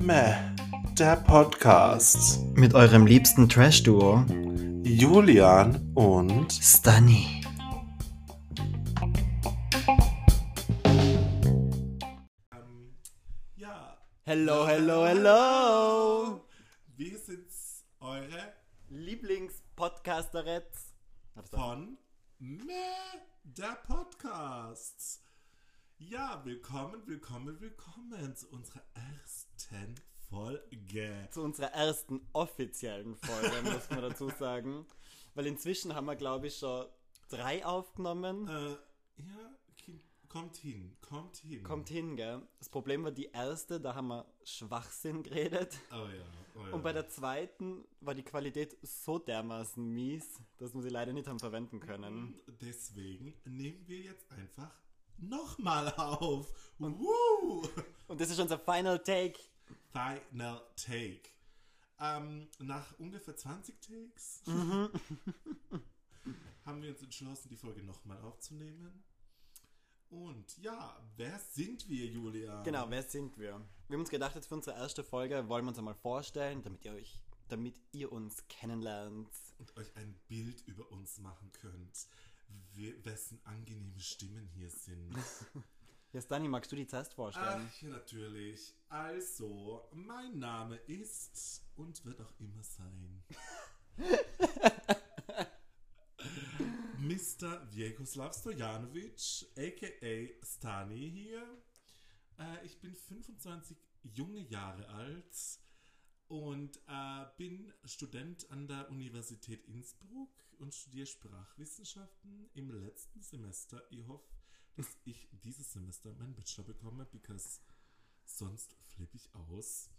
Meh, der Podcast. Mit eurem liebsten Trash-Duo, Julian und Stunny. ja, Hello, hello, hello. wir sind's eure Lieblingspodcasteretz. von Meh, der Podcast. Ja, willkommen, willkommen, willkommen zu unserer ersten Folge. zu unserer ersten offiziellen Folge, muss man dazu sagen. Weil inzwischen haben wir, glaube ich, schon drei aufgenommen. Äh, ja, ki- kommt hin, kommt hin. Kommt hin, gell? Das Problem war die erste, da haben wir Schwachsinn geredet. Oh ja, oh ja. Und bei der zweiten war die Qualität so dermaßen mies, dass wir sie leider nicht haben verwenden können. Deswegen nehmen wir jetzt einfach nochmal auf. Woo! Und das ist unser Final Take. Final Take. Ähm, nach ungefähr 20 Takes haben wir uns entschlossen, die Folge nochmal aufzunehmen. Und ja, wer sind wir, Julia? Genau, wer sind wir? Wir haben uns gedacht, jetzt für unsere erste Folge wollen wir uns einmal vorstellen, damit ihr euch, damit ihr uns kennenlernt. Und euch ein Bild über uns machen könnt, we- wessen angenehme Stimmen hier sind. Jetzt, Dani, magst du die zuerst vorstellen? Ach, ja, natürlich. Also, mein Name ist und wird auch immer sein. Mr. Vjekoslav Stojanovic, a.k.a. Stani hier. Äh, ich bin 25 junge Jahre alt und äh, bin Student an der Universität Innsbruck und studiere Sprachwissenschaften im letzten Semester. Ich hoffe, dass ich dieses Semester meinen Bachelor bekomme, because sonst flippe ich aus.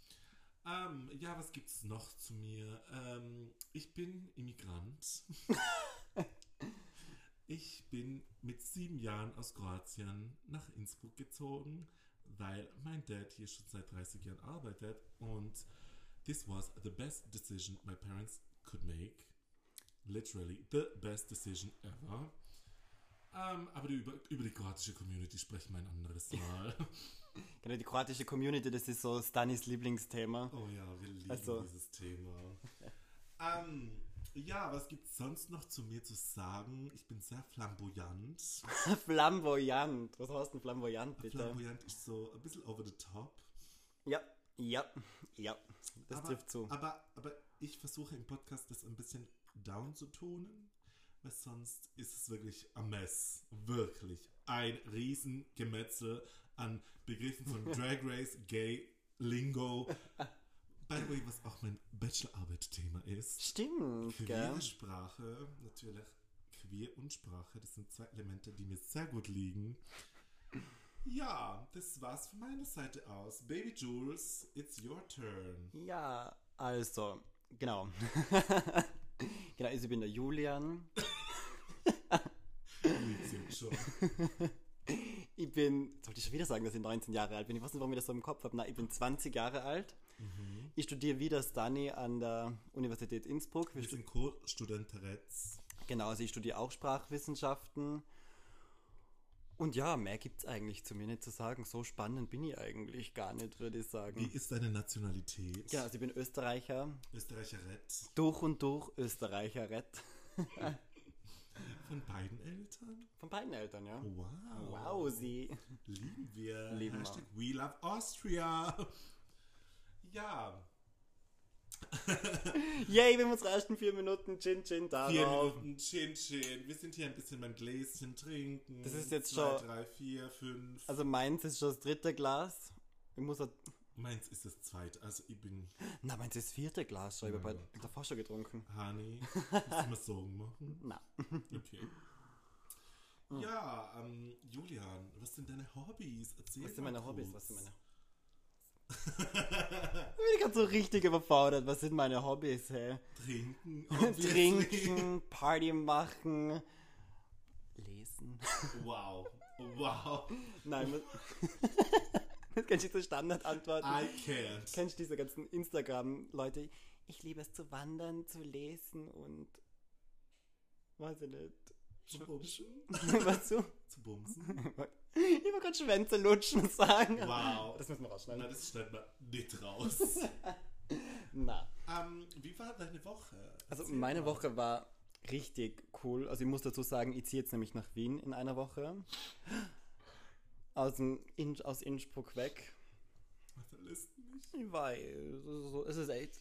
Ähm, ja, was gibt's noch zu mir? Ähm, ich bin Immigrant. ich bin mit sieben Jahren aus Kroatien nach Innsbruck gezogen, weil mein Dad hier schon seit 30 Jahren arbeitet und this was the best decision my parents could make. Literally the best decision ever. Ähm, aber die- über, über die kroatische Community sprechen wir ein anderes Mal. Genau, die kroatische Community, das ist so Stanis Lieblingsthema. Oh ja, wir lieben Also- dieses Thema. ähm, ja, was gibt es sonst noch zu mir zu sagen? Ich bin sehr flamboyant. Flamboyant. Was heißt denn Flamboyant, bitte? Flamboyant ist so ein bisschen over the top. Ja, ja, ja. Das aber, trifft zu. Aber, aber ich versuche im Podcast das ein bisschen down zu tonen, weil sonst ist es wirklich ein Mess. Wirklich. Ein Riesengemetzel an Begriffen von Drag Race, Gay, Lingo. By the way, was auch mein Bachelorarbeit-Thema ist. Stimmt, gell? Queere Sprache, natürlich queer und Sprache, das sind zwei Elemente, die mir sehr gut liegen. Ja, das war's von meiner Seite aus. Baby Jules, it's your turn. Ja, also, genau. genau, also ich bin der Julian. Ui, singt schon. Ich bin, sollte ich schon wieder sagen, dass ich 19 Jahre alt bin? Ich weiß nicht, warum ich das so im Kopf habe. Nein, ich bin 20 Jahre alt. Mhm. Ich studiere wieder Stani an der Universität Innsbruck. Wir Wir stu- sind Co-Studenteretz. Genau, also ich studiere auch Sprachwissenschaften. Und ja, mehr gibt es eigentlich zu mir nicht zu sagen. So spannend bin ich eigentlich gar nicht, würde ich sagen. Wie ist deine Nationalität? Genau, also ich bin Österreicher, Österreicherett. durch und durch Österreicherett. Von beiden Eltern? Von beiden Eltern, ja. Wow. Wow, sie. Lieben wir. Lieben wir. Hashtag We Love Austria. Ja. Yay, wir haben unsere ersten vier Minuten Chin Chin Vier darauf. Minuten, chin, chin. Wir sind hier ein bisschen mein Gläschen trinken. Das ist jetzt Zwei, schon- drei, vier, fünf. Also meins ist schon das dritte Glas. Ich muss. halt auch- Meins ist das zweite. Also ich bin Na, meins ist das vierte Glas schon. Ich habe Mein bei- davor schon getrunken. Honey. Muss man Sorgen machen? Na. Okay. Ja, ähm, Julian, was sind deine Hobbys? Erzähl Was sind mal meine Hobbys? kurz. Was sind meine. Ich bin gerade so richtig überfordert. Was sind meine Hobbys, hä? Trinken. obviously. Trinken, Party machen, lesen. Wow. Wow. Nein, man- das kannst du so Standardantworten. I can't. Kennst du diese ganzen Instagram-Leute? Ich liebe es zu wandern, zu lesen und. Weiß ich nicht. Zu bumsen? Was so? Zu bumsen? Ich wollte gerade Schwänze lutschen sagen. Wow. Das müssen wir Nein, rausschneiden. das schneiden wir nicht raus. Na. ähm, wie war deine Woche? Also Erzähl meine mal. Woche war richtig cool. Also ich muss dazu sagen, ich ziehe jetzt nämlich nach Wien in einer Woche. Aus, dem In aus Innsbruck weg. Warte, lässt mich. Ich weiß, es ist so- es ist echt.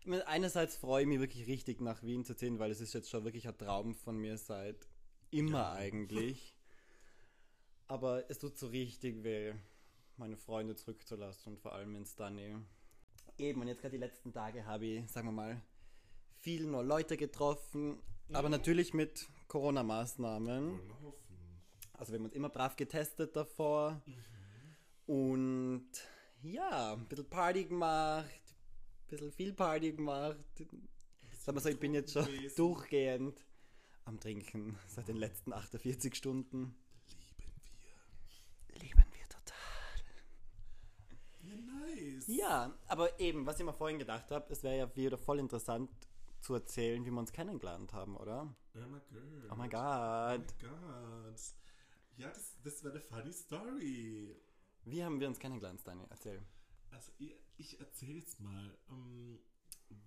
Ich meine, Einerseits freue ich mich wirklich richtig nach Wien zu ziehen, weil es ist jetzt schon wirklich ein Traum von mir seit immer eigentlich. Aber es tut so richtig weh, meine Freunde zurückzulassen und vor allem ins Danny. Eben, und jetzt gerade die letzten Tage habe ich, sagen wir mal, viel nur Leute getroffen, aber natürlich mit Corona-Maßnahmen. Wollen wir hoffen. Also wir haben uns immer brav getestet davor. Und ja, ein bisschen Party gemacht, ein bisschen viel Party gemacht. Sag mal so, ich bin jetzt schon gewesen. durchgehend am Trinken seit den letzten 48 Stunden. Lieben wir. Lieben wir total. Ja, nice. Ja, aber eben, was ich mir vorhin gedacht habe, es wäre ja wieder voll interessant zu erzählen, wie wir uns kennengelernt haben, oder? Oh my god. Oh mein Oh Gott. my god. Ja, das, das war eine funny story. Wie haben wir uns kennengelernt, Daniel? Erzähl. Also ich, ich erzähle jetzt mal. Ähm,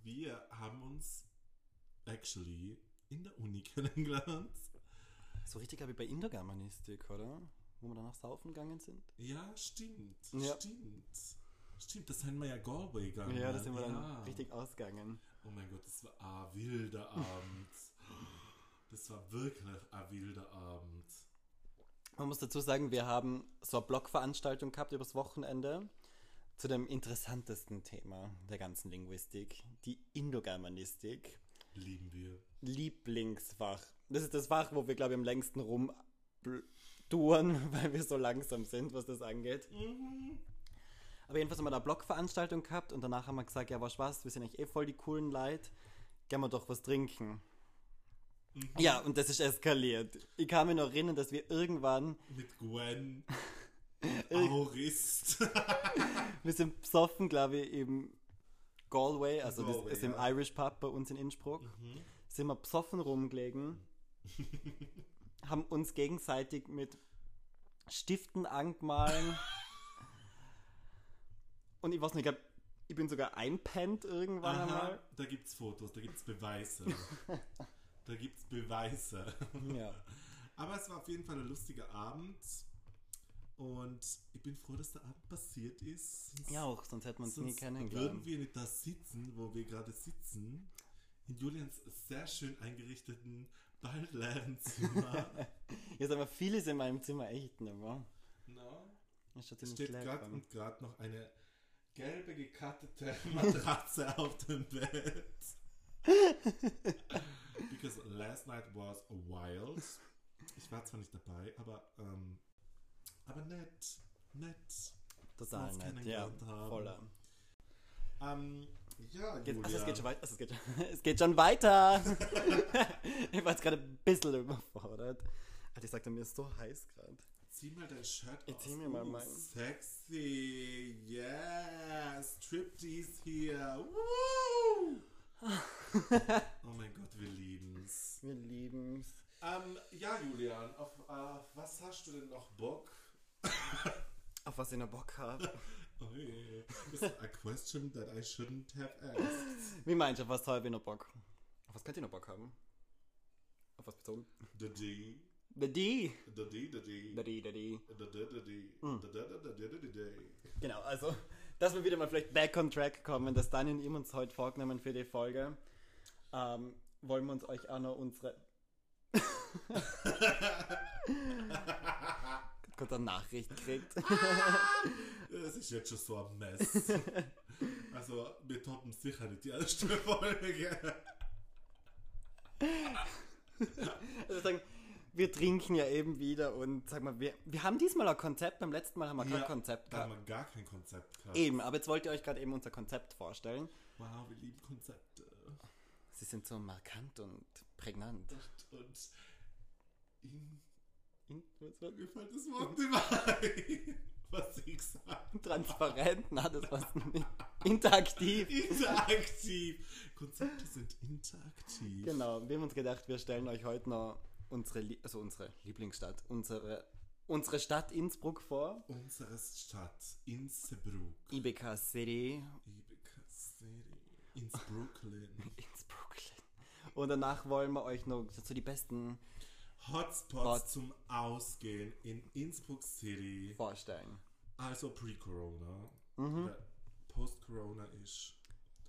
wir haben uns actually in der Uni kennengelernt. So richtig habe ich bei Indogermanistik, oder? Wo wir danach saufen gegangen sind. Ja, stimmt. Ja. Stimmt. Stimmt, das sind wir ja Galway gegangen. Ja, das sind wir Ja. dann richtig ausgegangen. Oh mein Gott, das war ein wilder Abend. Das war wirklich ein wilder Abend. Man muss dazu sagen, wir haben so eine Blogveranstaltung gehabt übers Wochenende zu dem interessantesten Thema der ganzen Linguistik, die Indogermanistik. Lieben wir. Lieblingsfach. Das ist das Fach, wo wir, glaube ich, am längsten rumduren, weil wir so langsam sind, was das angeht. Aber jedenfalls haben wir da eine Blogveranstaltung gehabt und danach haben wir gesagt, ja, was was, wir sind eigentlich eh voll die coolen Leute, gehen wir doch was trinken. Ja, und das ist eskaliert. Ich kann mich noch erinnern, dass wir irgendwann Mit Gwen. und Aurist. Wir sind besoffen, glaube ich, im Galway, also Galway, das ist im ja. Mhm. Irish Pub bei uns in Innsbruck. Sind wir besoffen rumgelegen, haben uns gegenseitig mit Stiften angemahlen. Und ich weiß nicht, ich, glaub, ich bin sogar einpennt irgendwann Aha, einmal. da gibt's Fotos, da gibt's Beweise. da gibt's Beweise. Ja. Aber es war auf jeden Fall ein lustiger Abend. Und ich bin froh, dass der Abend passiert ist. Sonst- ja, auch, sonst hätten wir uns nie sonst würden kennengelernt. wir nicht da sitzen, wo wir gerade sitzen. In Julians sehr schön eingerichteten Waldlernzimmer. Jetzt aber vieles in meinem Zimmer echt nicht mehr. no? Das ist schon Es ziemlich steht leer gerade geworden. und gerade noch eine gelbe gekattete Matratze auf dem Bett. Because last night was wild. Ich war zwar nicht dabei, aber ähm, aber nett, nett. Total uns nett, ja. kennengelernt haben. Voller. Ähm, ja, Geht, Julia. also es geht schon weiter. Also es, geht, es geht schon weiter. ich war jetzt gerade ein bisschen überfordert. Alter, ich sagte, mir ist so heiß gerade. Zieh mal dein Shirt Ich aus. zieh mir mal Uh, mein- Sexy, yeah, Striptease hier. Woo! oh mein Gott, wir lieben's. Wir lieben's. Ähm, ja, Julian, auf äh, was hast du denn noch Bock? Auf was ich noch Bock habe. Ui, Das ist a question that I shouldn't have asked. Wie meinst du, auf was habe ich noch Bock? Auf was könnt ihr noch Bock haben? Auf was bezogen? The D, The D. the D, the D, The Mm. D, the D. the D, the D, the D, the D, the D, the D. Genau, also, dass wir wieder mal vielleicht back on track kommen, dass Daniel und ich uns heute vorgenommen für die Folge. Ähm, wollen wir uns euch auch noch unsere. Gott, eine Nachricht kriegt. Das ist jetzt schon so ein Mess. Also, wir toppen sicher nicht die erste Folge. Also sagen, wir trinken ja eben wieder und sag mal, wir, wir haben diesmal ein Konzept, beim letzten Mal haben wir kein Ja, Konzept Da haben gehabt. Eh. wir gar kein Konzept gehabt. Eben, aber jetzt wollt ihr euch gerade eben unser Konzept vorstellen. Wow, wir lieben Konzepte. Sie sind so markant und prägnant. Und, und in, In- mir fällt das Wort Hm. nicht mehr ein, was ich gesagt Transparent, na, das war's nicht. Interaktiv. Interaktiv. Konzepte sind interaktiv. Genau, wir haben uns gedacht, wir stellen euch heute noch unsere, Lie- also unsere Lieblingsstadt, unsere unsere Stadt Innsbruck vor. Unsere Stadt Innsbruck. IBK City. Ibica City. Innsbrucklin. Innsbruck. Und danach wollen wir euch noch so die besten Hotspots Hot- zum Ausgehen in Innsbruck City. vorstellen. Also pre-Corona. Mhm. Oder Post-Corona ist.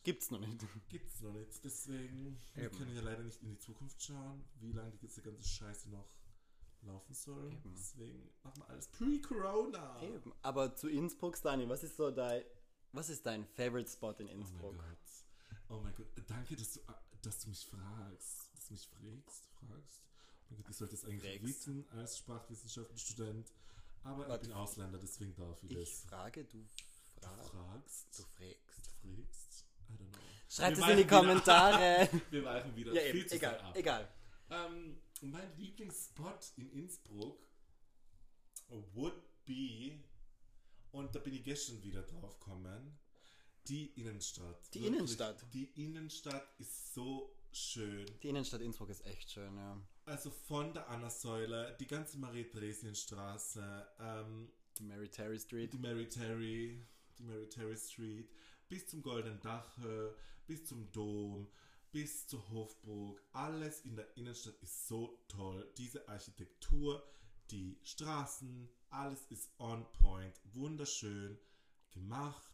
Gibt's noch nicht. Gibt's noch nicht. Deswegen, wir Eben. können ja leider nicht in die Zukunft schauen, wie lange diese ganze Scheiße noch laufen soll. Eben. Deswegen machen wir alles pre-Corona. Eben. Aber zu Innsbruck, Dani, was ist so dein, was ist dein Favorite Spot in Oh mein Innsbruck? Gott. Oh mein Gott. Danke, dass du, dass du mich fragst. Dass du mich frägst. Fragst. Oh mein Gott, ich sollte es eigentlich Frägst. wissen als Sprachwissenschaftsstudent. Aber Warte. ich bin Ausländer, deswegen darf ich, ich das. frage, du Du fragst. fragst. Du fragst. frägst. I don't know. Schreibt Wir es in die weichen wieder ab. Kommentare. Wir weichen wieder ja, viel eben. zu sehr Egal, ab. egal. Ähm, mein Lieblingsspot in Innsbruck would be, und da bin ich gestern wieder drauf gekommen, die Innenstadt. Die Innenstadt? Die Innenstadt ist so schön. Die Innenstadt Innsbruck ist echt schön, ja. Also von der Anna-Säule, die ganze Marie-Theresien-Straße, ähm, Die Mary Terry Street. die Mary Terry, die Mary Terry Street, bis zum Goldenen Dache, bis zum Dom, bis zur Hofburg. Alles in der Innenstadt ist so toll. Diese Architektur, die Straßen, alles ist on point, wunderschön gemacht.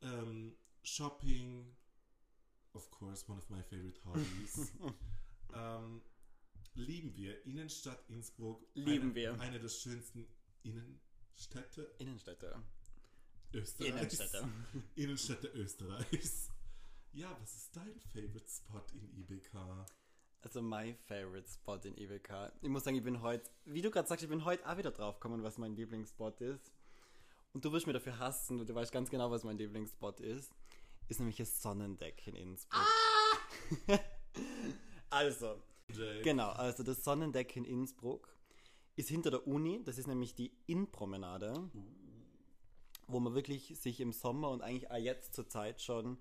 Ähm, Shopping, of course, one of my favorite hobbies. ähm, lieben wir. Innenstadt Innsbruck. Lieben eine, wir. Eine der schönsten Innenstädte Innenstädte. Österreichs. Innenstädte. Innenstädte Österreichs. Ja, was ist dein Favorite Spot in IBK? Also my favorite spot in EWK. Ich muss sagen, ich bin heute, wie du gerade sagst, ich bin heute auch wieder drauf gekommen, was mein Lieblingsspot ist. Und du wirst mir dafür hassen, und du weißt ganz genau, was mein Lieblingsspot ist. Ist nämlich das Sonnendeck in Innsbruck. also, Jay. genau, also das Sonnendeck in Innsbruck ist hinter der Uni, das ist nämlich die Innenpromenade, wo man wirklich sich im Sommer und eigentlich auch jetzt zur Zeit schon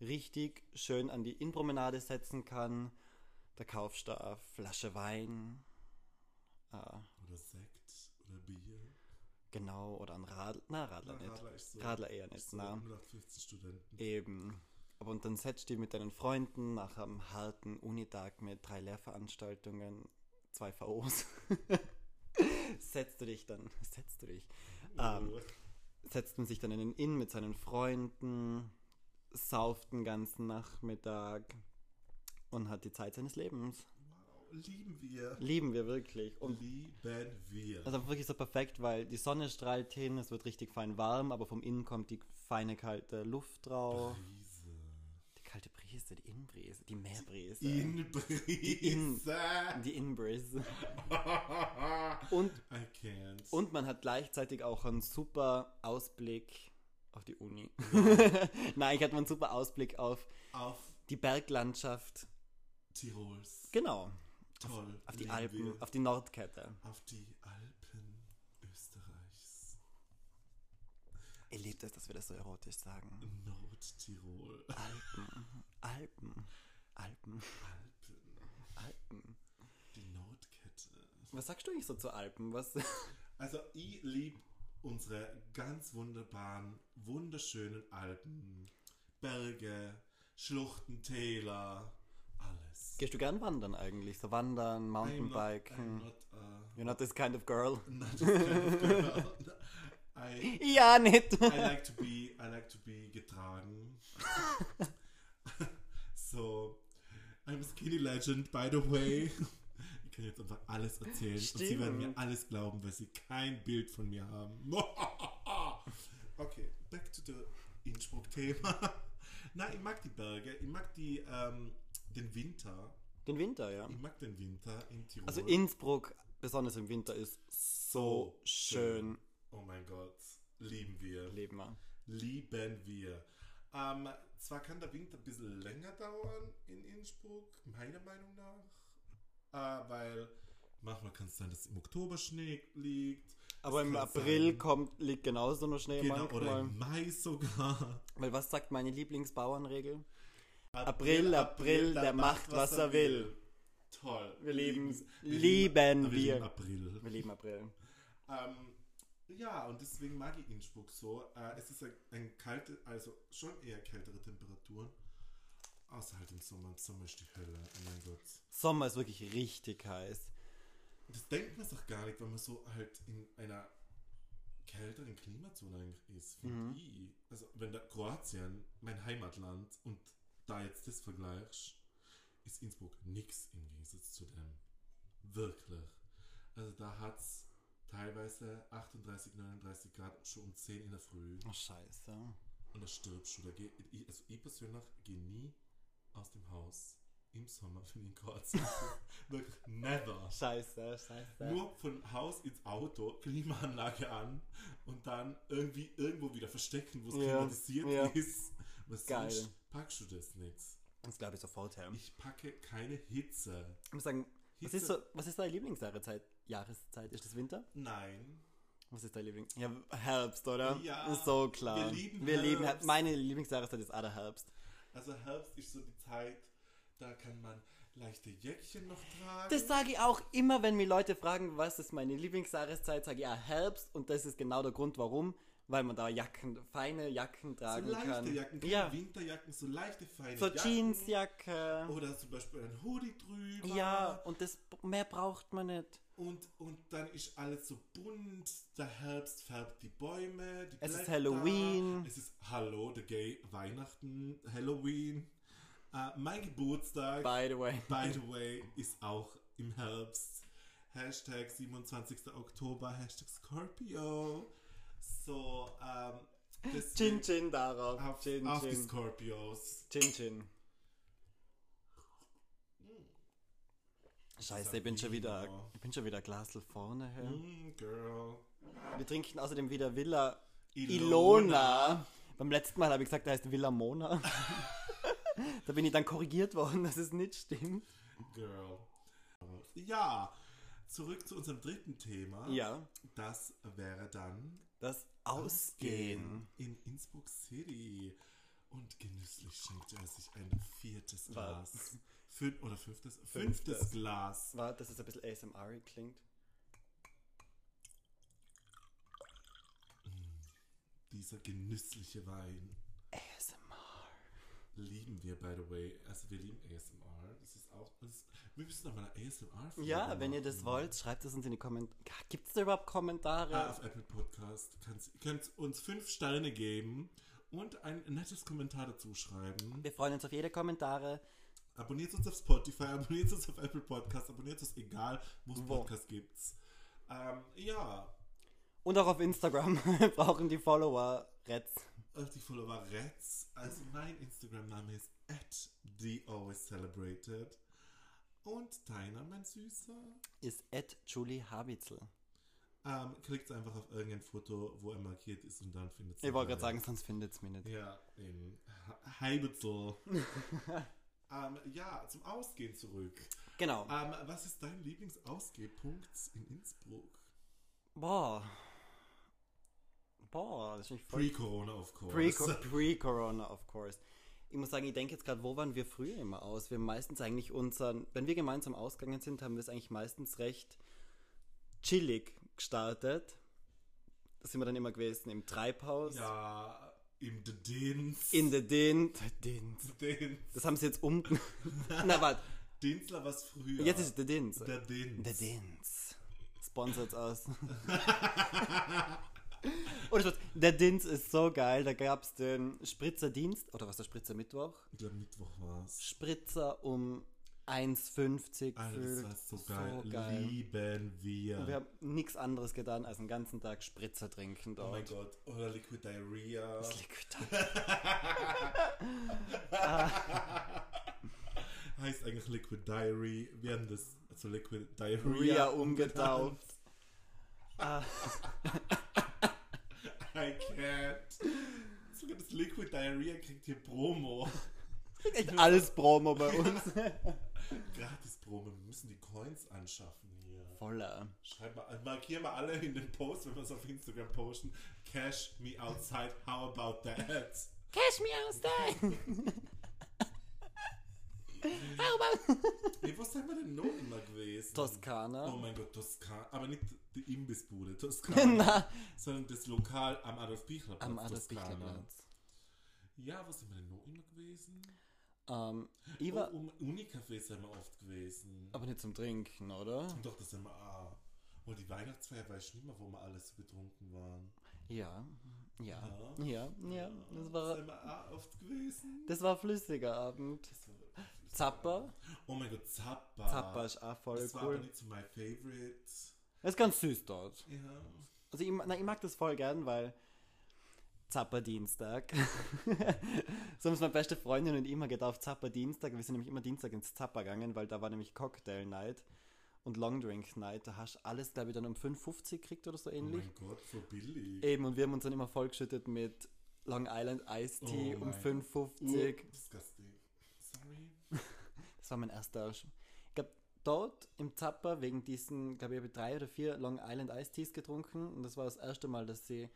richtig schön an die Innenpromenade setzen kann. Da kaufst du eine Flasche Wein, äh, Oder Sekt oder Bier. genau, oder ein Radler, na Radler Na, nicht. Radler ist so- Radler eher nicht, So na. 0815 Studenten. Eben. Aber und dann setzt du mit deinen Freunden nach einem harten Unitag mit drei Lehrveranstaltungen, zwei VOs. setzt du dich dann, setzt du dich, ähm, Oh. setzt man sich dann in den Inn mit seinen Freunden, sauft den ganzen Nachmittag und hat die Zeit seines Lebens. Wow, lieben wir. Lieben wir wirklich. ähm, Und Also, Lieben wir. das ist einfach wirklich so perfekt, weil die Sonne strahlt hin, es wird richtig fein warm, aber vom Innen kommt die feine kalte Luft drauf. Brise. Die kalte Brise, die Innenbrise, die Meerbrise. In In- Brise. die Innenbrise. Und I can't. Und man hat gleichzeitig auch einen super Ausblick auf die Uni. Nein, ich hatte einen super Ausblick auf auf die Berglandschaft. Tirols. Genau. Toll. Auf die lieben Alpen, wir. auf die Nordkette. Auf die Alpen Österreichs. Ihr liebt es, dass wir das so erotisch sagen. Nordtirol. Alpen, Alpen, Alpen, Alpen. Alpen. Die Nordkette. Was sagst du eigentlich so zu Alpen? Was? Also ich liebe unsere ganz wunderbaren, wunderschönen Alpen. Berge, Schluchten, Täler, alles. Gehst du gern wandern eigentlich? So wandern, I'm not, I'm Mountainbiken. not, uh, You're not this kind of girl. not this kind of girl. I, Ja, nicht. I like to be, I like to be getragen. so, I'm a skinny legend, by the way. Ich kann jetzt einfach alles erzählen und sie werden mir Stimmt. alles glauben, weil sie kein Bild von mir haben. okay, back to the Innsbruck-Thema. Nein, ich mag die Berge, ich mag die, ähm, den Winter. Den Winter, ja. Ich mag den Winter in Tirol. Also Innsbruck, besonders im Winter, ist so So schön. oh mein Gott, lieben wir. Leben wir. lieben wir. Ähm, zwar kann der Winter ein bisschen länger dauern in Innsbruck, meiner Meinung nach, äh, weil manchmal kann es sein, dass im Oktober Schnee liegt. Aber Es im kann April sein, kommt, liegt genauso noch Schnee genau, manchmal. oder im Mai sogar. Weil was sagt meine Lieblingsbauernregel? April, April, der macht, was er will. Toll. Wir lieben's. Wir Lieben aber wir. April. Wir lieben April. Ähm, ja, und deswegen mag ich Innsbruck so. Äh, es ist ein, ein kalte, also schon eher kältere Temperaturen. Außer halt im Sommer. Im Sommer ist die Hölle. Oh mein Gott. Sommer ist wirklich richtig heiß. Das denkt man doch gar nicht, wenn man so halt in einer kälteren Klimazone eigentlich ist. Find Mhm. ich. Also wenn da Kroatien, mein Heimatland, und da jetzt das vergleichst, ist Innsbruck nix im Gegensatz zu dem. Wirklich. Also da hat es teilweise 38, 39 Grad schon um 10 in der Früh Oh, scheiße. und da stirbst du. Da geh, ich, also ich persönlich gehe nie aus dem Haus im Sommer, wenn ich in Kroatien bin. Wirklich never. Scheiße, scheiße. Nur von Haus ins Auto, Klimaanlage an und dann irgendwie irgendwo wieder verstecken, wo es Ja, klimatisiert ja. ist. Was Geil. sonst packst du das nicht. das glaube ich sofort her. Ich packe keine Hitze. Ich muss sagen, was Hitze- ist, so, was ist deine Lieblingsjahreszeit? Jahreszeit? Ist das Winter? Nein. Was ist dein Liebling? Ja, Herbst, oder? Ja, Ist so klar. wir lieben Wir lieben Herbst. Herbst. Meine Lieblingsjahreszeit ist aller Herbst. Also Herbst ist so die Zeit, da kann man leichte Jäckchen noch tragen. Das sage ich auch immer, wenn mir Leute fragen, was ist meine Lieblingsjahreszeit, sage ich ja Herbst und das ist genau der Grund, warum. Weil man da Jacken, feine Jacken so tragen leichte kann. Jacken, keine ja, Winterjacken, so leichte feine so Jacken. Jeansjacke. Oder zum Beispiel ein Hoodie drüber. ja, und das mehr braucht man nicht. Und, und dann ist alles so bunt, der Herbst färbt die Bäume, die Es ist Blätter, Halloween. Es ist Hallo, the Gay, Weihnachten, Halloween. Äh, mein Geburtstag, By the way. by the way, ist auch im Herbst. Hashtag 27. Oktober, Hashtag Scorpio. So, ähm, Chin deswegen Chin darauf. auf, Chin auf die Chin. Scorpios. Chin Chin. Scheiße, ich bin schon wieder, Sabino. ich bin schon wieder Glasl vorne. Hä? Mm, girl. Wir trinken außerdem wieder Villa Ilona. Ilona. Beim letzten Mal habe ich gesagt, der heißt Villa Mona. da bin ich dann korrigiert worden, dass es nicht stimmt. Girl. Ja, zurück zu unserem dritten Thema. Äh. Ja, Das wäre dann das Ausgehen. in Innsbruck City. Und genüsslich schenkte er sich ein viertes Was? Glas. Fün oder fünftes? Fünftes Glas. War, dass es ein bisschen ASMR klingt. Dieser genüssliche Wein. ASMR. Lieben wir, by the way. Also wir lieben ASMR. Das ist auch. Das wir müssen nochmal eine asmr -Folge Ja, wenn ihr das machen. wollt, schreibt es uns in die Kommentare. Gibt es da überhaupt Ah, Kommentare? auf Apple Podcast. Kannst, könnt uns fünf Sterne geben und ein nettes Kommentar dazu schreiben. Wir freuen uns auf jede Kommentare. Abonniert uns auf Spotify, abonniert uns auf Apple Podcasts, abonniert uns egal, wo es Wo. Podcasts gibt. Ähm, ja, Und auch auf Instagram. Wir brauchen die Follower. Retz. auf also die Follower Reds. Also mein Instagram-Name ist at thealwayscelebrated. Und deiner, mein Süßer, Ist at Julie Habitzel. ähm, klickt einfach auf irgendein Foto, wo er markiert ist und dann findet Ich wollte gerade sagen, sonst findet es mich nicht. Ja, in Ha- Heibitzel. ähm, ja, zum Ausgehen zurück. Genau. Ähm, was ist dein Lieblingsausgehpunkt in Innsbruck? Boah. Boah, das ist nicht voll. Pre-Corona, of course. Pre-Corona, Pre-Corona, of course. Ich muss sagen, ich denke jetzt gerade, wo waren wir früher immer aus? Wir haben meistens eigentlich unseren, wenn wir gemeinsam ausgegangen sind, haben wir es eigentlich meistens recht chillig gestartet. Das sind wir dann immer gewesen im Treibhaus, Ja, im The Dins. in der Dint. Dint. Dins. Das haben sie jetzt um. Na, warte. Dinsler was früher. Jetzt ist der Dins. der Dins. Der Dins. Sponsert aus. Oder Spaß. Der Dins ist so geil. Da gab es den Spritzerdienst. Oder was der Spritzer Mittwoch? Ich glaube, Mittwoch war's. Spritzer um 1,50 Alter, das war so geil. So geil. Lieben wir. Und wir haben nichts anderes getan, als den ganzen Tag Spritzer trinken oh mein dort. Gott. Oder Liquid Diarrhea. heißt eigentlich Liquid Diary. Wir haben das zu Liquid Ria Diarrhea umgetauft. I can't. Sogar das Liquid Diarrhea kriegt hier Promo. Echt alles Promo bei uns. Gratis Promo. Wir müssen die Coins anschaffen hier. Voller. Schreib mal, markier mal alle in den Post, wenn wir es auf Instagram posten. Cash me outside, how about that? Cash me aus Nee, wo sind wir denn noch immer gewesen? Toskana. Oh mein Gott, Toskana. Aber nicht die Imbissbude Toskana, Na, sondern das Lokal am Adolf-Pichler-Platz am adolf Toskana. platz Ja, wo sind wir denn noch immer gewesen? ähm, Ich war oh, um Unicafé sind wir oft gewesen. aber nicht zum Trinken, oder? Doch, das sind wir auch. Und die Weihnachtsfeier weiß ich nicht mehr, wo wir alles so betrunken waren. Ja, ja, Ja. ja, ja. Das Da war, sind wir auch oft gewesen. das war flüssiger Abend. Das war- Zappa, Oh mein Gott, Zappa. Zappa ist auch voll Das war aber cool. nicht so my favorite. Das ist ganz süß dort. Ja. Also ich, na, ich mag das voll gern, weil Zapperdienstag. so haben es meine beste Freundin und ich immer gedacht, Zapperdienstag. Wir sind nämlich immer Dienstag ins Zapper gegangen, weil da war nämlich Cocktail Night und Longdrink Night. Da hast du alles, glaube ich, dann um 5,50 gekriegt oder so Oh ähnlich. mein Gott, so billig. Eben, und wir haben uns dann immer vollgeschüttet mit Long Island Iced Tea Oh um mein 5,50. Oh, Disgusting. Sorry. Das war mein erster. Sch- Ich glaube, dort im Zapper, wegen diesen, glaube ich, habe ich drei oder vier Long Island Ice Teas getrunken. Und das war das erste Mal, dass sie,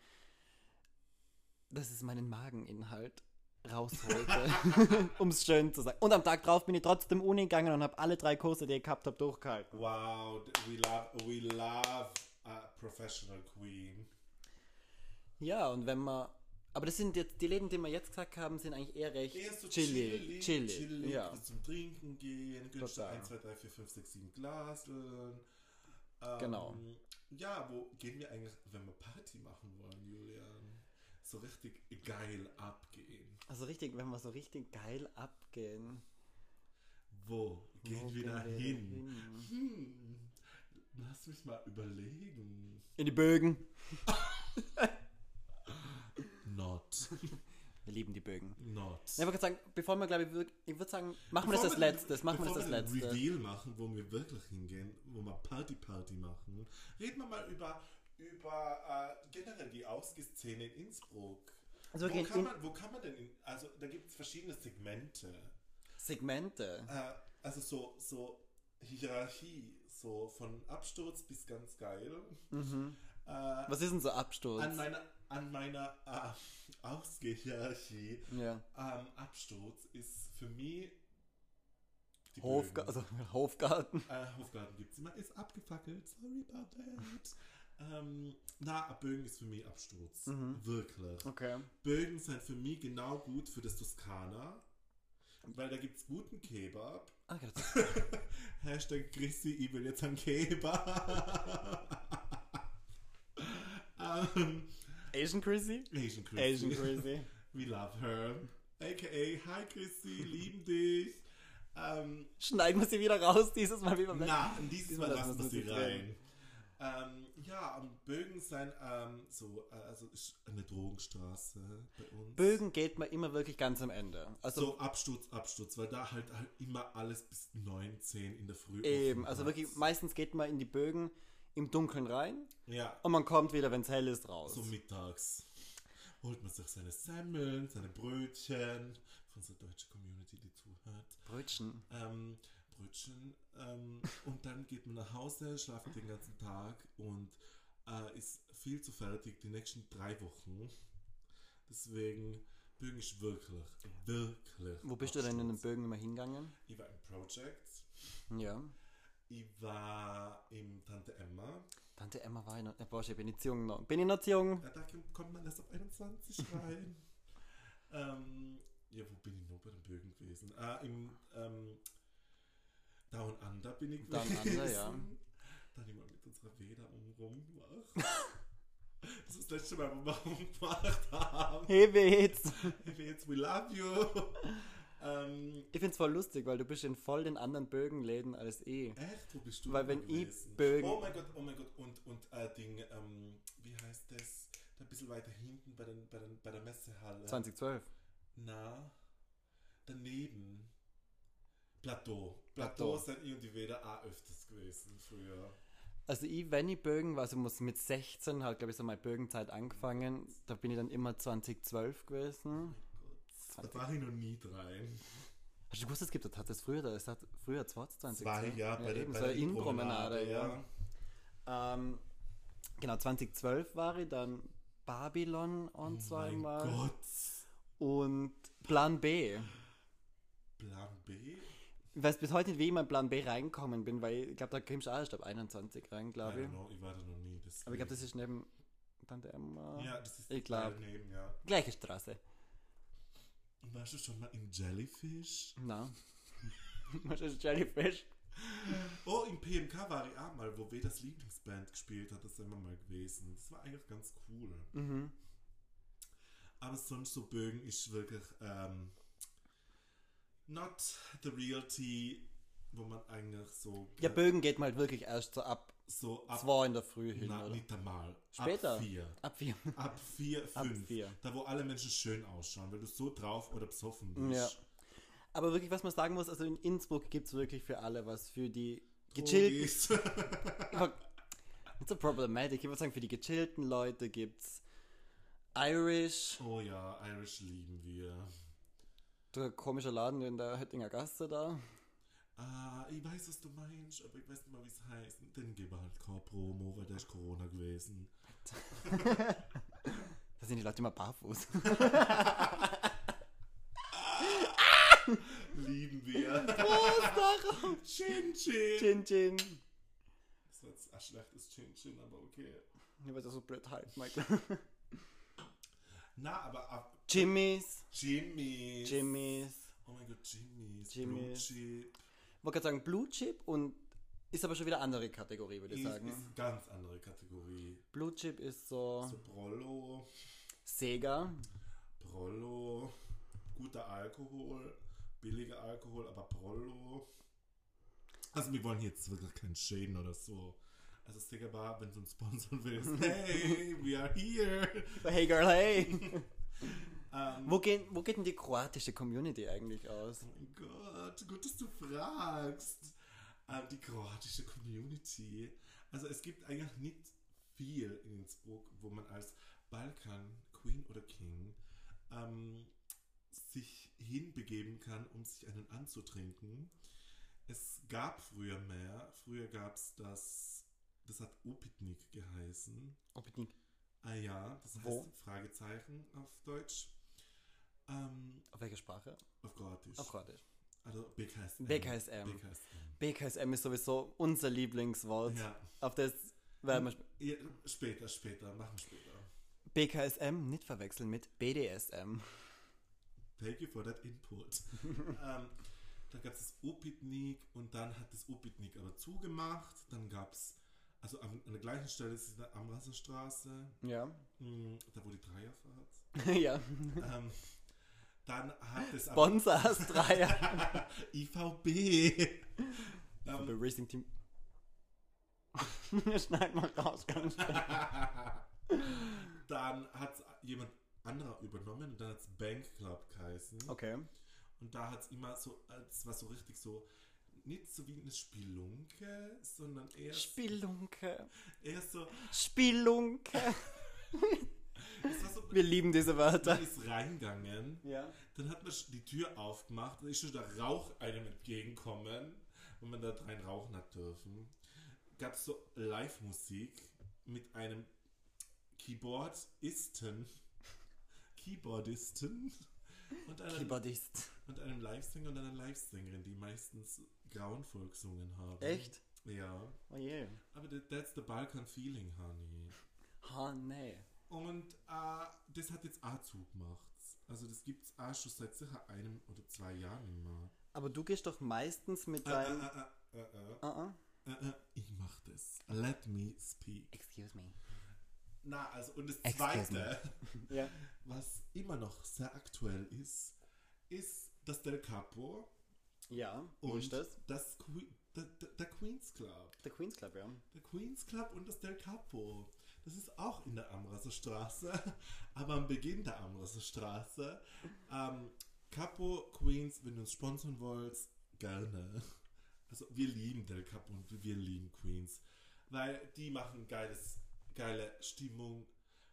dass es meinen Mageninhalt rausholte. um es schön zu sagen. Und am Tag drauf bin ich trotzdem Uni gegangen und habe alle drei Kurse, die ich gehabt habe, durchgehalten. Wow, we love, we love a professional queen. Ja, und wenn man. Aber das sind jetzt, die Läden, die wir jetzt gesagt haben, sind eigentlich eher recht Eher so chillig. Chillig. ja. willst Zum Trinken gehen, gönnst du Total. 1, 2, 3, 4, 5, 6, 7 Glas. Ähm, Genau. Ja, wo gehen wir eigentlich, wenn wir Party machen wollen, Julian? So richtig geil abgehen. Also richtig, wenn wir so richtig geil abgehen. Wo gehen Wo wir da gehen wir hin? hin? Hm, lass mich mal überlegen. In die Bögen. Not. Wir lieben die Bögen. Not. Ja, Ich würde sagen, bevor wir, glaube ich, wirk- ich würde sagen, machen wir das als Bevor wir- letztes. Machen wir das bevor als wir den letztes. Reveal machen, wo wir wirklich hingehen, wo wir Party-Party machen, reden wir mal über, über äh, generell die Ausgehszene in Innsbruck. Also wir wo, gehen kann in- man, wo kann man denn, in, also da gibt es verschiedene Segmente. Segmente. Äh, also so, so Hierarchie, so von Absturz bis ganz geil. Äh, Was ist denn so Absturz? an meiner, an meiner äh, Ausgehhierarchie ja. ähm, Absturz ist für mich die Hofga Bögen. also, Hofgarten. Äh, Hofgarten gibt's immer. Ist abgefackelt. Sorry about that. ähm, na, Bögen ist für mich Absturz. Wirklich. Okay. Bögen sind für mich genau gut für das Toskana. Weil da gibt's guten Kebab. Ah, okay, das- Hashtag Chrissy, ich will jetzt einen Kebab. ähm, Asian Crazy? Asian Chrissy. Asian Crazy. We love her. AKA, hi Chrissy, lieben dich. Ähm, Schneiden wir sie wieder raus, dieses Mal wie beim Na, dieses Diesmal Mal lassen lassen wir sie wir sie rein. Ähm, ja, am Bögen sein, ähm, so, äh, also ist eine Drogenstraße bei uns. Bögen geht man immer wirklich ganz am Ende. Also so Absturz, Absturz, weil da halt, halt immer alles bis 19 in der Früh. eben, offen also hat. wirklich, meistens geht man in die Bögen im Dunkeln rein Ja, und man kommt wieder, wenn es hell ist, raus. so mittags holt man sich seine Semmeln, seine Brötchen für unsere deutsche Community, die zuhört. Brötchen. ähm, Brötchen. Ähm, und dann geht man nach Hause, schlaft den ganzen Tag und äh, ist viel zu fertig die nächsten drei Wochen. Deswegen bin ich wirklich, wirklich. Wo bist du denn in den absturz. Bögen immer hingegangen? Ich war im Project. Ja. Ich war im Tante Emma. Tante Emma war ja noch. Äh, Boah, ich bin jetzt jung noch. Bin ich noch jung? Ja, da kommt man erst auf 21 rein. ähm, ja, wo bin ich noch bei den Bögen gewesen? Ah, im ähm, Down Under bin ich Down gewesen. Under, ja. Dann immer mit unserer Weder um rumgemacht. das ist das letzte Mal, wo wir rumgemacht haben. Hey, Witz! Hey, jetzt, we love you. ähm, Ich find's voll lustig, weil du bist in voll den anderen Bögenläden als eh. ich. Echt? Wo bist du? Weil denn wenn ich gewesen? Bögen- Oh mein Gott, oh mein Gott. Und, und äh, Ding, ähm, wie heißt das? Da ein bisschen weiter hinten bei, den, bei, den, bei der Messehalle. 2012. Na, daneben. Plateau. Plateau. Plateau sind ich und die Weder auch öfters gewesen früher. Also ich, wenn ich Bögen war, also muss mit 16 halt, glaube ich, so meine Bögenzeit angefangen. Da bin ich dann immer 2012 gewesen. Da war ich noch nie rein. Hast du gewusst, es gibt das, hat es früher, da- es hat früher 2020. Zwei Jahre bei, der- eben, bei so der eine Innenpromenade, Innenpromenade, ja. Ähm, genau, 2012 war ich dann Babylon on zweimal. Oh Mein Gott. Und Plan B. Plan B? Ich weiß bis heute nicht, wie ich in meinen Plan B reingekommen bin, weil ich glaube, da kommst du auch erst ab 21 rein, glaube I ich. don't know, ich war da noch nie. deswegen. Aber ich glaube, das ist neben Tante Emma. Ja, das ist Ich glaub. daneben, ja. Gleiche Straße. Warst du schon mal in Jellyfish? Na. Was ist Jellyfish? Oh, im PMK war ich auch mal, wo wir das Lieblingsband gespielt hat, das sind wir mal gewesen. Das war eigentlich ganz cool. Mhm. Aber sonst so Bögen ist wirklich ähm, not the reality, wo man eigentlich so äh, Ja, Bögen geht mal halt wirklich erst so ab so ab zwei in der Früh hin, na, oder? nicht einmal. Später. Ab vier. Ab vier. Ab vier, fünf. Ab vier. Da wo alle Menschen schön ausschauen, weil du so drauf oder besoffen Ja. bist. Aber wirklich, was man sagen muss, also in Innsbruck gibt es wirklich für alle was. Für die Ja. gechillten. It's a problematic. Ich würde sagen, für die gechillten Leute gibt's Irish, Oh ja, Irish lieben wir. der komische Laden in der Höttinger Gasse da. Ah, ich weiß, was du meinst, aber ich weiß nicht mal, wie es heißt. Dann gebe halt keine Promo, weil der ist Corona gewesen. Da sind die Leute immer barfuß. Lieben wir. Prost darauf! Chin Chin. Chin Chin. Ich Das war jetzt ein schlechtes Chin Chin, aber okay. weiß auch so blöd halt, Michael. Na, aber ab Jimmys. Jimmy. Jimmys. Oh mein Gott, Jimmy. Jimmys. Chip. Ich wollte gerade sagen Blue Chip und ist aber schon wieder andere Kategorie, würde ich Ist, ist sagen. eine ganz andere Kategorie. Blue Chip ist so So Brollo. Sega. Brollo. Guter Alkohol. Billiger Alkohol, aber Brollo. Also wir wollen jetzt wirklich keinen Schäden oder so. Also Sticker Bar, wenn du uns sponsern willst. Hey, we are here. So, Hey Girl, hey! Ähm, wo, gehen, wo geht denn die kroatische Community eigentlich aus? Oh mein Gott, gut, dass du fragst. Ähm, die kroatische Community. Also es gibt eigentlich nicht viel in Innsbruck, wo man als Balkan, Queen oder King ähm, sich hinbegeben kann, um sich einen anzutrinken. Es gab früher mehr. Früher gab es das, das hat Opitnik geheißen. Unbedingt. Ah ja, das heißt Wo? Fragezeichen auf Deutsch. Ähm, Auf welcher Sprache? auf Kroatisch. Auf Kroatisch. Also Ähm, BKSM. BKSM. BKSM. BKSM ist sowieso unser Lieblingswort. Ja. Auf das werden wir. ja, später, später, machen wir später. BKSM nicht verwechseln mit BDSM. Thank you for that input. ähm, dann gab es das Opitnik und dann hat das Opitnik aber zugemacht. Dann gab es, also an, an der gleichen Stelle ist die Amrasserstraße, Ja. mh, hm, da wo die Dreierfahrt. ja. ähm, dann hat es aber- Sponsors Dreier. IVB. Vom ähm, Racing Team. Schneid mal raus, ganz schnell. dann hat jemand anderer übernommen und dann hat es Bank Club geheißen. Okay. Und da hat es immer so, es war so richtig so, nicht so wie eine Spielunke, sondern eher, Spielunke. eher so, Spielunke. es war so, Wir lieben diese Wörter. man ist reingegangen, Ja. dann hat man die Tür aufgemacht und ist schon der Rauch einem entgegenkommen, wenn man da rein rauchen hat dürfen. Gab es so Live-Musik mit einem Keyboardisten, Keyboardisten und einem, Keyboardist. und einem Livesänger und einer Livesängerin, die meistens grauenvoll gesungen haben. Echt? Ja. Oh je. Aber that- that's the Balkan feeling, honey. Ha, nee. Und äh, das hat jetzt auch zugemacht. Also das gibt es auch schon seit sicher einem oder zwei Jahren immer. Aber du gehst doch meistens mit Äh, deinem. äh, äh, äh, Uh -uh. äh, äh, äh, ich mach das. Let me speak. Excuse me. Na, also und das Excuse Zweite, Ja. was immer noch sehr aktuell ist, ist das Del Capo Ja. Wo und ist das? das Que- der, der, der Queen's Club. Der Queen's Club, ja. Der Queen's Club und das Del Capo. Das ist auch in der Amrasser Straße, aber am Beginn der Amrasser Straße. Ähm, Capo, Queens, wenn du uns sponsern wollt, gerne. Also wir lieben Del Capo und wir lieben Queens, weil die machen geiles, geile Stimmung,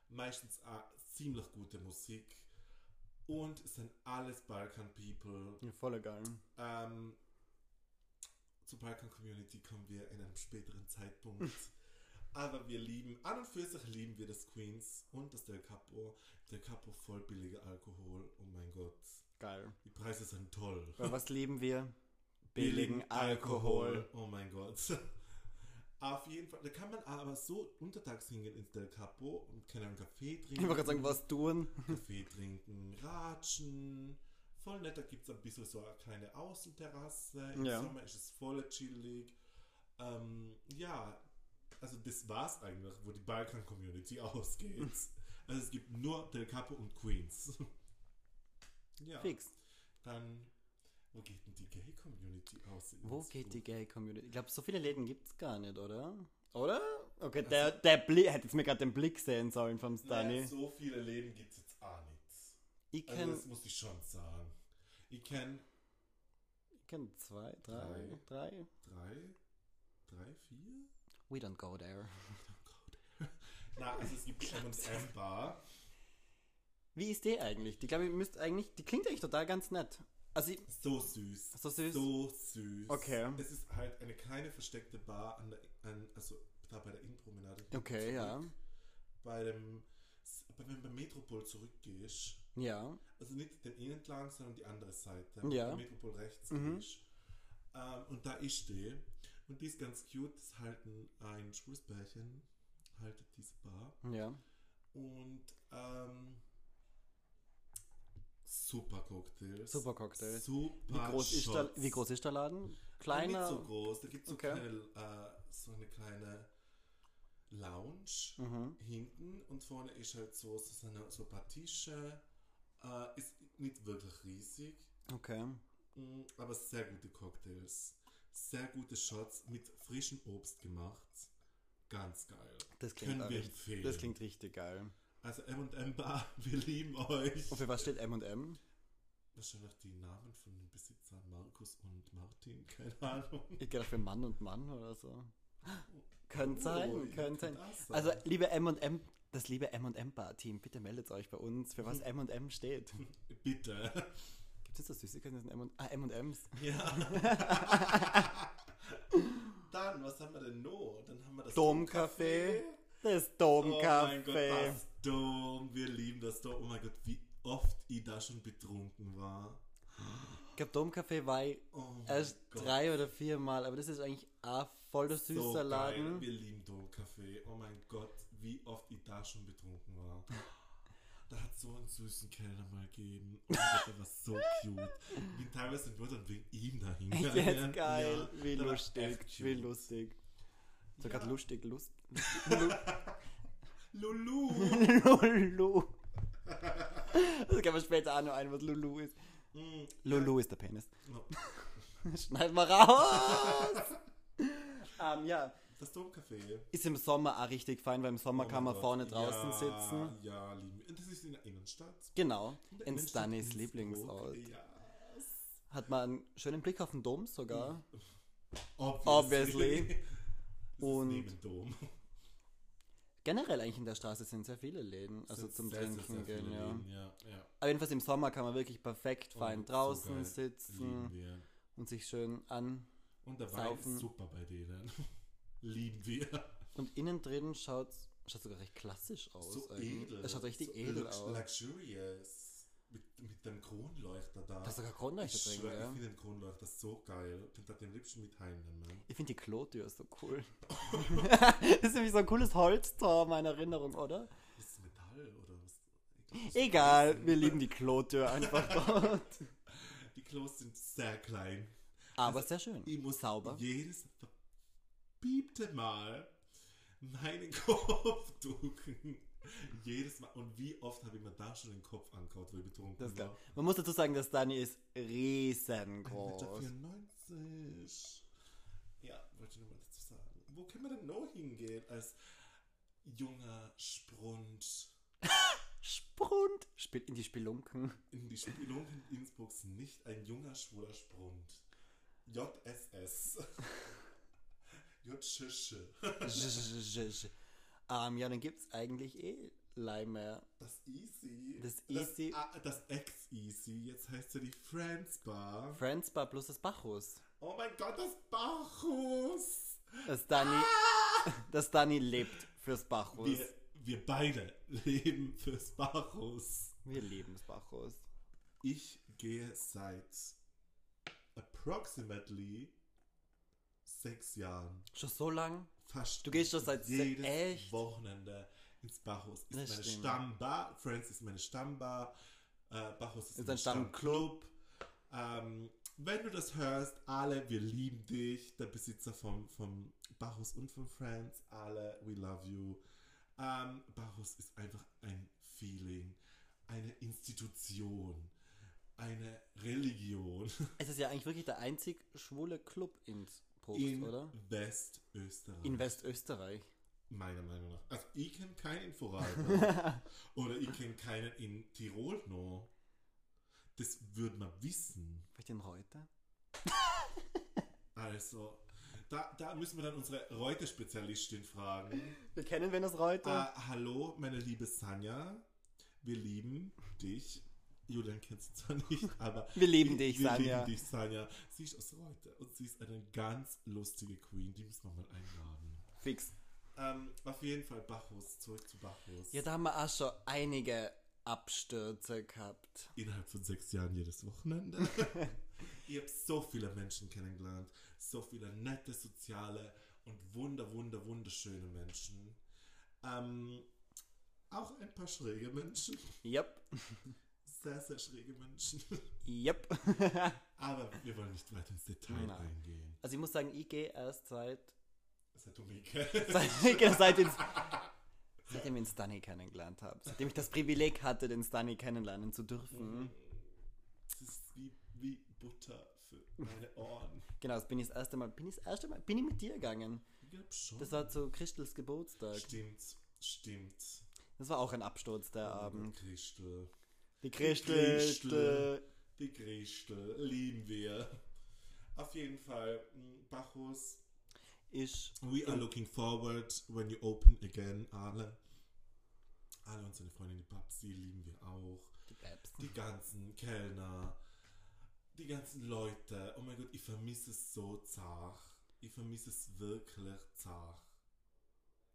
meistens auch ziemlich gute Musik und es sind alles Balkan-People. ja. Voll egal. Ähm, zur Balkan Community kommen wir in einem späteren Zeitpunkt. Aber wir lieben, an und für sich lieben wir das Queens und das Del Capo. Del Capo voll billiger Alkohol. Oh mein Gott. Geil. Die Preise sind toll. Weil was lieben wir? Billigen Oh mein Gott. Auf jeden Fall, da kann man aber so untertags hingehen ins Del Capo und kann einen Kaffee Ich trinken. wollte gerade sagen, was tun. Kaffee trinken, ratschen. Voll nett, da gibt es ein bisschen so eine kleine Außenterrasse. Im Ja. Sommer ist es voll chillig. Ähm, ja, also das war's eigentlich, wo die Balkan-Community ausgeht. also es gibt nur Del Capo und Queens. ja, Fix. dann, wo geht denn die Gay-Community aus? in Wo Innsbruck? geht die Gay Community? Ich glaube, so viele Läden gibt es gar nicht, oder? Also Oder? Okay, der, der Blick, hätte jetzt mir gerade den Blick sehen sollen vom Stani. Naja, so viele Läden gibt es jetzt auch nicht. ich Also kenne das muss ich schon sagen. Ich kenne kenn zwei, drei, drei. drei, drei, vier? We don't go there. Na, also es gibt schon uns M Bar. Wie ist die eigentlich? Die glaube ich müsste eigentlich, die klingt eigentlich total ganz nett. Also ich, So süß. So süß? So süß. Okay. Es ist halt eine kleine versteckte Bar an der, an, also da bei der Innenpromenade. okay, ja, Bei dem, aber wenn du beim Metropol zurückgehst, ja, also nicht den innen entlang, sondern die andere Seite. Ja. Bei Metropol rechts Mhm. gehst. Ähm, und da ich stehe. Und die ist ganz cute. Das halten ein schwules Pärchen, haltet diese Bar. ja. Und ähm, super Cocktails. Super Cocktails. Super Wie groß, ist der, Shots. wie groß ist der Laden? Ah, Nicht Kleiner. so groß. Da gibt es so, Okay. kleine, äh, so eine kleine Lounge Mhm. hinten und vorne ist halt so, so, so, eine, so ein paar Tische. Äh, ist nicht wirklich riesig, Okay. mm, aber sehr gute Cocktails. Sehr gute Shots mit frischem Obst gemacht. Ganz geil. Das klingt, Können auch wir richtig- empfehlen. das klingt richtig geil. Also M&M Bar, wir lieben euch. Und für was steht M&M? Wahrscheinlich die Namen von den Besitzern Markus und Martin, keine Ahnung. Ich glaube für Mann und Mann oder so. Könnte Oh, sein, könnte sein. das sein. Also liebe M&M, das liebe M&M Bar Team, bitte meldet euch bei uns, für Hm. was M&M steht. Gibt Bitte. es so Süßigkeiten? das sind M&M? Ah, M&Ms. Ja. Dann, was haben wir denn noch? Dann haben wir das Domkaffee. Das Oh mein Gott, Domkaffee. was Dom. Wir lieben das Dom. Oh mein Gott, wie oft ich da schon betrunken war. ich glaube, Domkaffee war ich Oh mein erst Gott. drei oder vier Mal, aber das ist eigentlich auch voll der süßer so geil. Laden. Wir lieben Domkaffee. Oh mein Gott, wie oft ich da schon betrunken war. Da hat so einen süßen Kellner mal gegeben. Oh mein Gott, der war so cute. Ich bin teilweise nur dann wegen ihm dahin Jetzt geil, Ja, wie der war lustig, echt wie cute. lustig. Sogar Ja. lustig, lust. Lulu. Lulu. Das kann man später auch noch ein, was Lulu ist. Mm, Lulu ist der Penis. no. Schneid mal raus! Ähm, ja, Das Domkaffee. ist im Sommer auch richtig fein, weil im Sommer Oh kann man mein Gott. vorne draußen ja, sitzen. Ja, lieben. Und das ist in der Innenstadt. Genau, In der in Innenstadt Stanis Innsbruck. Lieblingsort. Ja. Hat man einen schönen Blick auf den Dom sogar. Obviously. Obviously. Das Und- also ist neben Dom. Generell eigentlich in der Straße sind sehr viele Läden, also Sind zum sehr, sehr, sehr Trinken viele gehen, ja. Läden, ja, ja. Aber jedenfalls im Sommer kann man wirklich perfekt fein Oh, so draußen geil. Lieben sitzen wir. und sich schön an. Und der Wein Saufen. ist super bei denen. Lieben wir. Und innen drin schaut schaut sogar recht klassisch aus. so eigentlich. edel. Es schaut richtig so edel lux- aus. Luxurious. Mit, mit dem Kronleuchter da. Da ist sogar Kronleuchter ich drin, schwör, gell? Ich finde den Kronleuchter so geil. Ich würde den liebsten mit heimnehmen. Ich finde die Klotür so cool. das ist nämlich so ein cooles Holztor, meine Erinnerung, oder? Ist es Metall oder was? Egal, wir lieben die Klotür einfach dort. Die Klos sind sehr klein. Aber sehr schön. Ich muss Sauber. jedes verpiepte Mal meinen Kopf ducken. Jedes Mal. Und wie oft habe ich mir da schon den Kopf angehaut, weil ich betrunken Das ist war. klar. Man muss dazu sagen, dass Dani ist Meter riesengroß. 94. Ja, wollte ich nur mal dazu sagen. Wo kann man denn noch hingehen als junger Sprund Sprund! Spielt in die Spelunken. in die Spielungen Innsbrucks nicht ein junger schwuler Sprund? JSS. Jschische. ähm, ja, dann gibt es eigentlich eh Leimer. Das Easy. Das Easy. Das, ah, das Ex-Easy. Jetzt heißt ja die Friends Bar. Friends Bar plus das Bacchus. oh mein Gott, das Bacchus. Das Dani, das Dani lebt fürs Bacchus. Ah! Wir, wir beide leben fürs Bacchus. Wir lieben das Bacchus. Ich gehe seit approximately sechs Jahren. Schon so lang? Fast Du gehst schon seit se- jedes echt? Wochenende ins Bachhaus. Ist Das meine stimmt. Stammbar. Friends ist meine Stammbar. Äh, Bachhaus ist, Ist mein ein Stammclub. Ähm, wenn du das hörst, alle, wir lieben dich. Der Besitzer vom, vom Bachhaus und von Friends, alle, we love you. Ähm, Bachhaus ist einfach ein Feeling, eine Institution, eine Religion Es ist ja eigentlich wirklich der einzig schwule Club in Post, in oder? Westösterreich. In Westösterreich. Meiner Meinung nach. Also ich kenne keinen in Vorarlberg. oder ich kenne keinen in Tirol noch. Das würde man wissen. Vielleicht in Reuter? Also, da, da müssen wir dann unsere Reute-Spezialistin fragen. Wir kennen wen aus äh, Reuter. hallo, meine liebe Sanja. Wir lieben dich. Julian kennt sie zwar nicht, aber Wir lieben dich, wir Sanja. lieben dich, Sanja. Sie ist aus Reute und sie ist eine ganz lustige Queen. Die müssen wir mal einladen. Fix. Ähm, auf jeden Fall Bacchus, zurück zu Bacchus. Ja, da haben wir auch schon einige Abstürze gehabt. innerhalb von sechs Jahren jedes Wochenende. ich habe so viele Menschen kennengelernt, so viele nette, soziale und wunder, wunder, wunderschöne Menschen. Ähm, auch ein paar schräge Menschen, Yep. sehr, sehr schräge Menschen. Yep. Aber wir wollen nicht weiter ins Detail Nein. eingehen. Also ich muss sagen, ich gehe erst seit Seit du mich kennst. seit, genau, seit ins, seitdem ich den Stunny kennengelernt habe. Seitdem ich das Privileg hatte, den Stunny kennenlernen zu dürfen. Das ist wie, wie Butter für meine Ohren. Genau, das bin ich das erste Mal. Bin ich das erste Mal? Bin ich mit dir gegangen? Ich glaub schon. Das war zu Christels Geburtstag. stimmt, stimmt. Das war auch ein Absturz der Abend. Christel. Die Christel. Christel. Die Gristel lieben wir. Auf jeden Fall, m, Bacchus. Ist. We are looking forward when you open again, alle. Alle und seine Freundin, die Babsi, lieben wir auch. Die Babs. Die ganzen Kellner, die ganzen Leute. Oh mein Gott, ich vermisse es so zart. Ich vermisse es wirklich zart.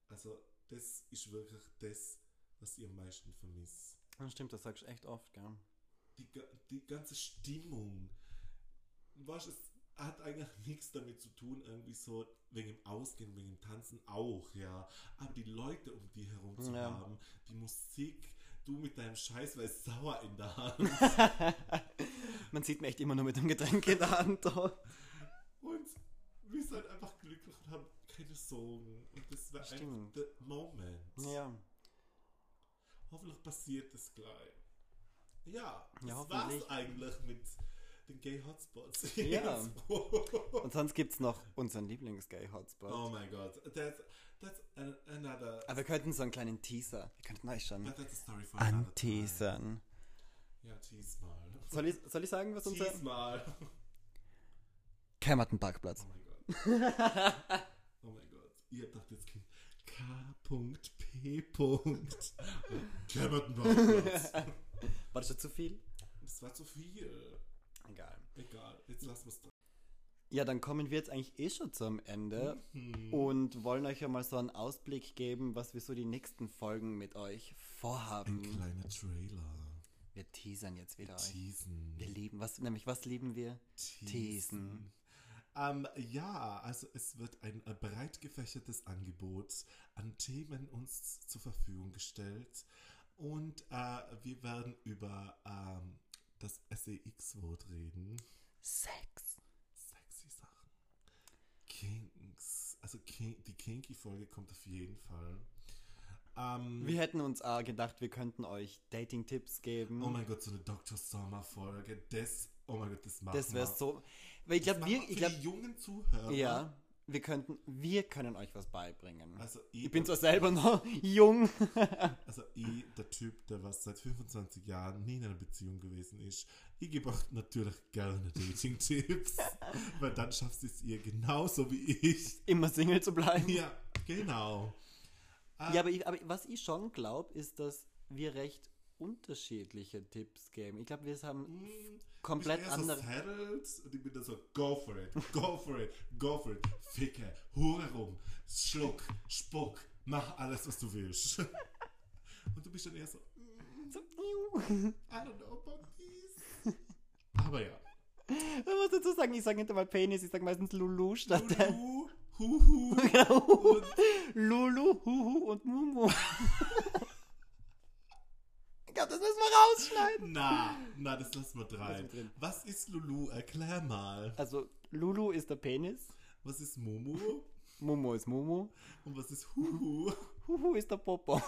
Also, das ist wirklich das, was ich am meisten vermisse. Ah, Stimmt, das sagst du echt oft, gell? die, ga- die ganze Stimmung. Weißt, du, es hat eigentlich nichts damit zu tun, irgendwie so wegen dem Ausgehen, wegen dem Tanzen auch, ja. Aber die Leute um die herum zu Ja. haben, die Musik, du mit deinem Scheiß, weil sauer in der Hand. Man sieht mich echt immer nur mit dem Getränk in der Hand. da. und wir sind einfach glücklich und haben keine Sorgen. Und das war einfach Stimmt. der Moment. Ja. Hoffentlich passiert das gleich. Ja, das Ja, war's hoffentlich. eigentlich mit den Gay Hotspots. Ja. Innsbruck. Und sonst gibt's noch unseren Lieblings-Gay-Hotspot. Oh my god, that's that's an, another. Aber wir könnten so einen kleinen Teaser. Wir könnten euch schon But that's a story for another time. anteasern. Ja, tease mal. Soll ich, soll ich sagen, was unser. Tease mal. Oh Kämmerten-Parkplatz. mein Gott. Oh mein Gott. Ihr habt doch jetzt Kind. K.P. Cameron Barkplatz. War das schon zu viel? Das war zu viel. Egal. Egal, jetzt lassen wir es dran. Ja, dann kommen wir jetzt eigentlich eh schon zum Ende Mhm. und wollen euch ja mal so einen Ausblick geben, was wir so die nächsten Folgen mit euch vorhaben. Kleiner Trailer. Wir teasern jetzt wieder euch. Teasen. Wir lieben, was, nämlich was lieben wir? Teasen. Ähm, ja, also es wird ein äh, breit gefächertes Angebot an Themen uns zur Verfügung gestellt. Und äh, wir werden über ähm, das SEX-Wort reden. Sex. Sexy Sachen. Kinks. Also kin die Kinky-Folge kommt auf jeden Fall. Ähm, Wir hätten uns auch gedacht, wir könnten euch Dating-Tipps geben. oh mein Gott, so eine Dr. Sommer-Folge. Das, oh mein Gott, das machen das wäre wir. so. Weil ich Das glaube, machen wir, wir ich für glaub, die jungen Zuhörer. ja, wir könnten, wir können euch was beibringen. Also ich bin zwar selber noch jung. Also ich, der Typ, der was seit 25 Jahren nie in einer Beziehung gewesen ist, ich gebe auch natürlich gerne Dating-Tipps, weil dann schaffst du es ihr genauso wie ich. immer Single zu bleiben. Ja, Ja, genau. aber, ich, aber was ich schon glaube, ist, dass wir recht unterschiedliche Tipps geben. Ich glaube, wir haben komplett ich bin eher andere. so saddled und ich bin da so, go for it, go for it, go for it, ficke, hure rum, schluck, spuck, mach alles, was du willst. Und du bist dann eher so, So, Miu. I don't know about this. Aber ja. Man muss dazu sagen, ich sage nicht einmal Penis, ich sage meistens Lulu statt. Lulu, Huhu und Lulu, Huhu und Mumu. ich glaube, das müssen wir rausschneiden. Na, na, das lassen wir Lassen drin. wir drin. Was ist Lulu? Erklär mal. Also, Lulu ist der Penis, Was ist Momo? Mumu ist Mumu, Und was ist Huhu? Huhu ist der Popo.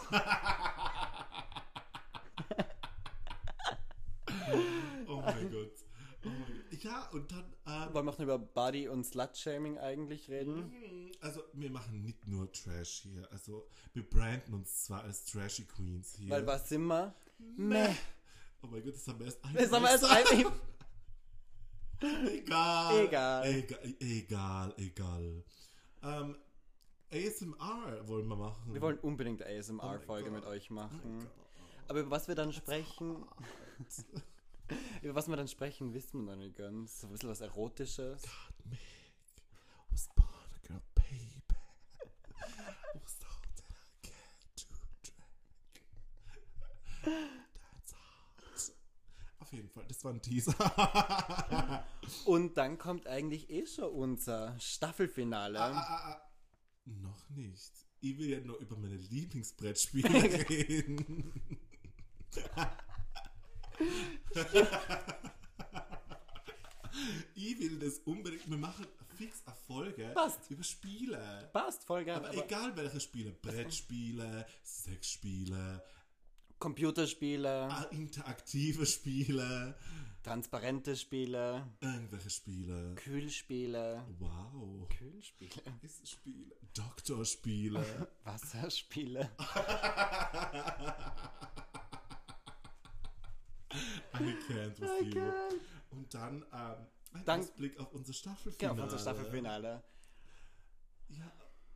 Oh mein Gott. Oh mein Gott. Ja, und dann, ähm, Wollen wir noch über Body und Slut-Shaming eigentlich reden? also wir machen nicht nur Trash hier. Also wir branden uns zwar als Trashy Queens hier. Weil was sind wir? Meh. Oh mein Gott, das haben wir erst Das haben wir erst ein. einmal Egal. Egal. Egal, egal. egal. Ähm, ASMR wollen wir machen. Wir wollen unbedingt Oh eine mein ASMR-Folge Gott. mit euch machen. Gott. Aber über was wir dann sprechen. über was wir dann sprechen, wissen wir noch nicht ganz. So ein bisschen was Erotisches. Meg was born a girl, baby. Was all that I can to drink. That's hot. Auf jeden Fall, das war ein Teaser. Und dann kommt eigentlich eh schon unser Staffelfinale. Ah, Noch nicht. Ich will ja nur über meine Lieblingsbrettspiele reden. ich will das unbedingt. Wir machen fix Erfolge Passt. über Spiele. Passt, voll geil. Aber, aber egal welche Spiele, Brettspiele, Sexspiele, Computerspiele, ah, interaktive Spiele, transparente Spiele, irgendwelche Spiele. Kühlspiele. Wow. Kühlspiele. Ist Spiele. Doktorspiele. Wasserspiele. Ah, I can't with you. Und dann ähm, ein Dank- Ausblick auf unser Genau, Staffelfinale. auf unser Staffelfinale. Ja,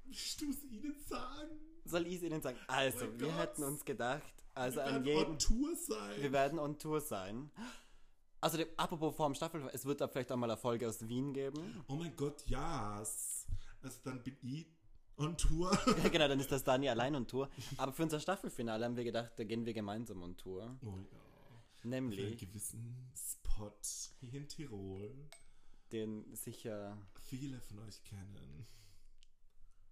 ich muss Ihnen sagen, Soll ich es Ihnen sagen? Also, Oh mein wir Gott. hätten uns gedacht, also wir an werden jeden. on Tour sein. Wir werden on Tour sein. Außerdem, apropos vorm Staffel, es wird da vielleicht auch mal eine Folge aus Wien geben. oh mein Gott, ja. Yes. Also dann bin ich on Tour. Oh Ja, genau, dann ist das Dani allein on Tour. Aber für unser Staffelfinale haben wir gedacht, da gehen wir gemeinsam on Tour. oh ja. Für einen Nämlich gewissen Spot hier in Tirol. den sicher Viele von euch kennen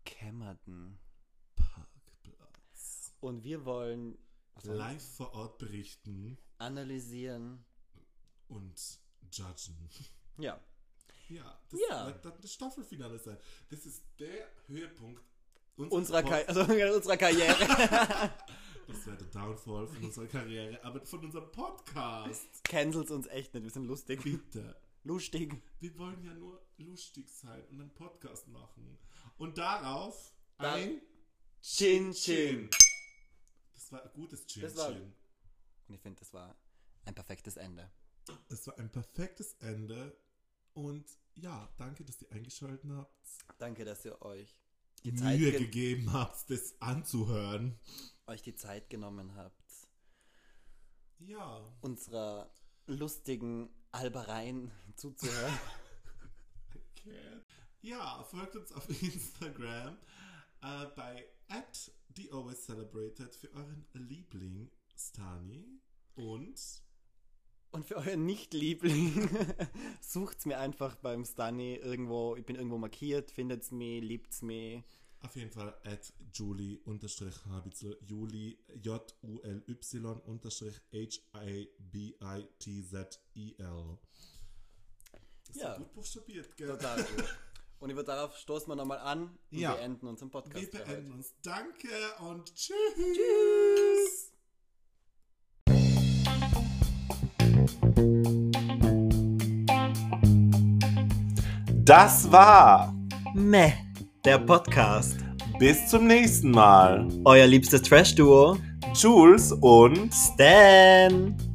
Kämmerten. Parkplatz. Und wir wollen Live vor Ort berichten analysieren. und judgen. Ja, Ja, das Ja. wird dann das Staffelfinale sein. Das ist der Höhepunkt unserer, Ka Karriere. also, unserer Karriere. Das wäre der Downfall von unserer Karriere, aber von unserem Podcast. Cancels uns echt nicht, wir sind lustig. Bitte. Lustig. Wir wollen ja nur lustig sein und einen Podcast machen. Und darauf Da- ein Chin Chin. Das war ein gutes Chin-Chin. Das war- Und ich finde, das war ein perfektes Ende. Es war ein perfektes Ende. Und ja, danke, dass ihr eingeschaltet habt. Danke, dass ihr euch die Zeit Mühe ge gegeben habt, das anzuhören. euch die Zeit genommen habt, Ja, unserer lustigen Albereien zuzuhören. okay. Ja, folgt uns auf Instagram äh, bei at the always celebrated für euren Liebling Stani und Und für euren Nicht-Liebling sucht's mir einfach beim Stunny irgendwo. Ich bin irgendwo markiert, findet's mir, liebt's mir. auf jeden Fall at Julie unterstrich Habitzel Juli J U L Y unterstrich H I B I T Z I L. Das Ja. ist gut buchstabiert, gell? Total gut. Und über darauf stoßen wir nochmal an und Ja. beenden unseren Podcast. Wir für heute. beenden uns. Danke und tschüss. Das war Meh, der Podcast. Bis zum nächsten Mal. Euer liebstes Trash-Duo Jules und Stan.